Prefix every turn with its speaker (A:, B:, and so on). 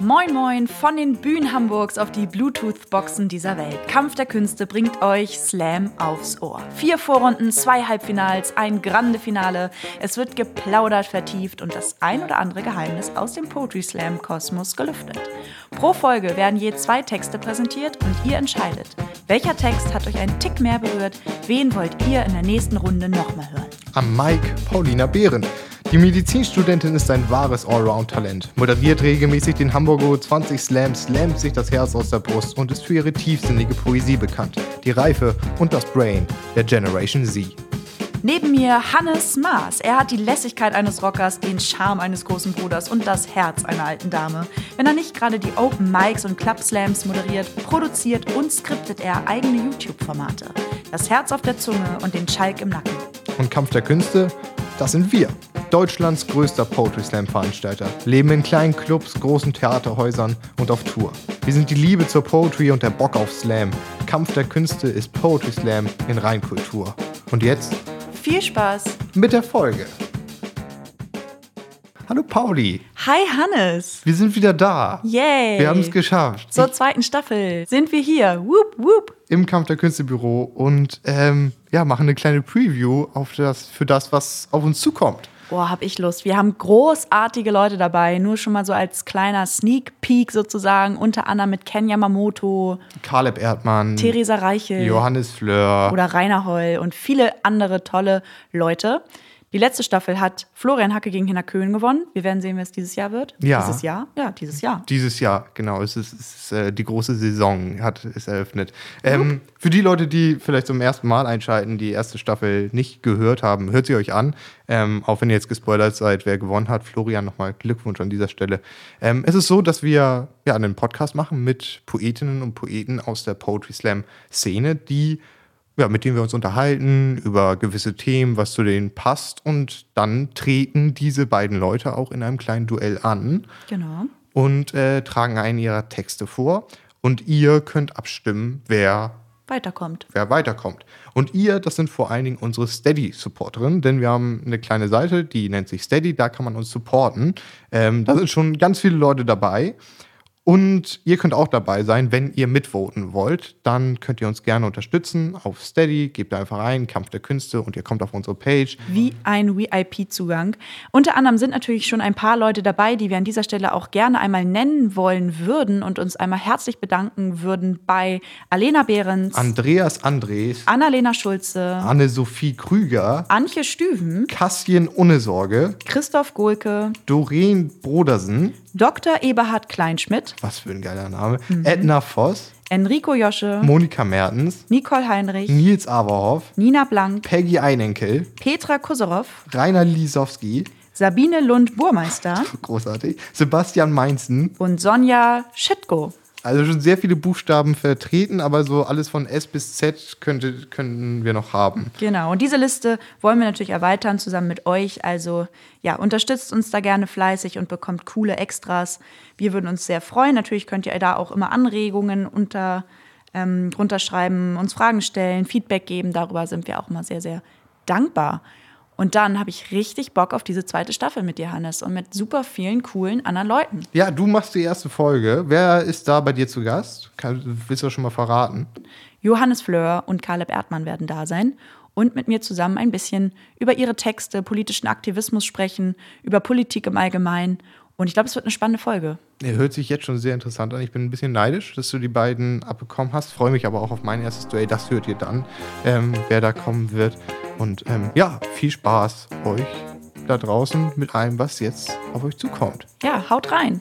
A: Moin Moin von den Bühnen Hamburgs auf die Bluetooth-Boxen dieser Welt. Kampf der Künste bringt euch Slam aufs Ohr. Vier Vorrunden, zwei Halbfinals, ein Grande Finale. Es wird geplaudert, vertieft und das ein oder andere Geheimnis aus dem Poetry Slam-Kosmos gelüftet. Pro Folge werden je zwei Texte präsentiert und ihr entscheidet, welcher Text hat euch einen Tick mehr berührt, wen wollt ihr in der nächsten Runde nochmal hören.
B: Am Mike Paulina Behren. Die Medizinstudentin ist ein wahres Allround-Talent, moderiert regelmäßig den Hamburger 20 Slam, slammt sich das Herz aus der Brust und ist für ihre tiefsinnige Poesie bekannt. Die Reife und das Brain der Generation Z.
A: Neben mir Hannes Maas. Er hat die Lässigkeit eines Rockers, den Charme eines großen Bruders und das Herz einer alten Dame. Wenn er nicht gerade die Open Mics und Club Slams moderiert, produziert und skriptet er eigene YouTube-Formate. Das Herz auf der Zunge und den Schalk im Nacken.
B: Und Kampf der Künste, das sind wir. Deutschlands größter Poetry Slam Veranstalter. Leben in kleinen Clubs, großen Theaterhäusern und auf Tour. Wir sind die Liebe zur Poetry und der Bock auf Slam. Kampf der Künste ist Poetry Slam in Reinkultur. Und jetzt
A: Viel Spaß!
B: mit der Folge. Hallo Pauli,
A: Hi Hannes!
B: wir sind wieder da.
A: Yay!
B: Wir haben es geschafft.
A: Zur zweiten Staffel sind wir hier. Whoop, whoop.
B: Im Kampf der Künstebüro und ähm, ja, machen eine kleine Preview auf das, für das, was auf uns zukommt.
A: Boah, hab ich Lust. Wir haben großartige Leute dabei. Nur schon mal so als kleiner Sneak Peek sozusagen. Unter anderem mit Ken Yamamoto,
B: Caleb Erdmann,
A: Theresa Reichel.
B: Johannes Fleur,
A: oder Rainer Holl und viele andere tolle Leute. Die letzte Staffel hat Florian Hacke gegen Hinner Köhn gewonnen. Wir werden sehen, wer es dieses Jahr wird.
B: Ja.
A: Dieses Jahr? Ja, dieses Jahr.
B: Dieses Jahr, genau. Es ist, es ist äh, die große Saison hat es eröffnet. Ähm, für die Leute, die vielleicht zum ersten Mal einschalten, die erste Staffel nicht gehört haben, hört sie euch an. Ähm, auch wenn ihr jetzt gespoilert seid, wer gewonnen hat, Florian nochmal Glückwunsch an dieser Stelle. Ähm, es ist so, dass wir ja einen Podcast machen mit Poetinnen und Poeten aus der Poetry Slam Szene, die ja, mit denen wir uns unterhalten über gewisse Themen, was zu denen passt. Und dann treten diese beiden Leute auch in einem kleinen Duell an
A: Genau.
B: und äh, tragen einen ihrer Texte vor. Und ihr könnt abstimmen, wer,
A: Weiterkommt.
B: wer weiterkommt. Und ihr, das sind vor allen Dingen unsere Steady-Supporterinnen, denn wir haben eine kleine Seite, die nennt sich Steady, da kann man uns supporten. Ähm, da sind schon ganz viele Leute dabei. Und ihr könnt auch dabei sein, wenn ihr mitvoten wollt, dann könnt ihr uns gerne unterstützen auf Steady, gebt da einfach ein, Kampf der Künste und ihr kommt auf unsere Page.
A: Wie ein VIP-Zugang. Unter anderem sind natürlich schon ein paar Leute dabei, die wir an dieser Stelle auch gerne einmal nennen wollen würden und uns einmal herzlich bedanken würden bei Alena Behrens,
B: Andreas Andres,
A: Annalena Schulze,
B: Anne-Sophie Krüger,
A: Antje Stüven,
B: Kassien ohne Sorge,
A: Christoph Gohlke,
B: Doreen Brodersen,
A: Dr. Eberhard Kleinschmidt,
B: was für ein geiler Name, Edna Voss,
A: Enrico Josche,
B: Monika Mertens,
A: Nicole Heinrich,
B: Nils Aberhoff,
A: Nina Blank,
B: Peggy Einenkel,
A: Petra Kusorow,
B: Rainer Lisowski,
A: Sabine Lund-Burmeister
B: großartig, Sebastian Meinzen.
A: und Sonja Schitko.
B: Also schon sehr viele Buchstaben vertreten, aber so alles von S bis Z könnte, könnten wir noch haben.
A: Genau, und diese Liste wollen wir natürlich erweitern zusammen mit euch. Also ja, unterstützt uns da gerne fleißig und bekommt coole Extras. Wir würden uns sehr freuen. Natürlich könnt ihr da auch immer Anregungen unter, ähm, runterschreiben, uns Fragen stellen, Feedback geben. Darüber sind wir auch immer sehr, sehr dankbar. Und dann habe ich richtig Bock auf diese zweite Staffel mit dir, Hannes, und mit super vielen coolen anderen Leuten.
B: Ja, du machst die erste Folge. Wer ist da bei dir zu Gast? Kann, willst du das schon mal verraten?
A: Johannes Fleur und Caleb Erdmann werden da sein und mit mir zusammen ein bisschen über ihre Texte, politischen Aktivismus sprechen, über Politik im Allgemeinen. Und ich glaube, es wird eine spannende Folge.
B: Er hört sich jetzt schon sehr interessant an. Ich bin ein bisschen neidisch, dass du die beiden abbekommen hast. Freue mich aber auch auf mein erstes Duell. Das hört ihr dann, ähm, wer da kommen wird. Und ähm, ja, viel Spaß euch da draußen mit allem, was jetzt auf euch zukommt.
A: Ja, haut rein.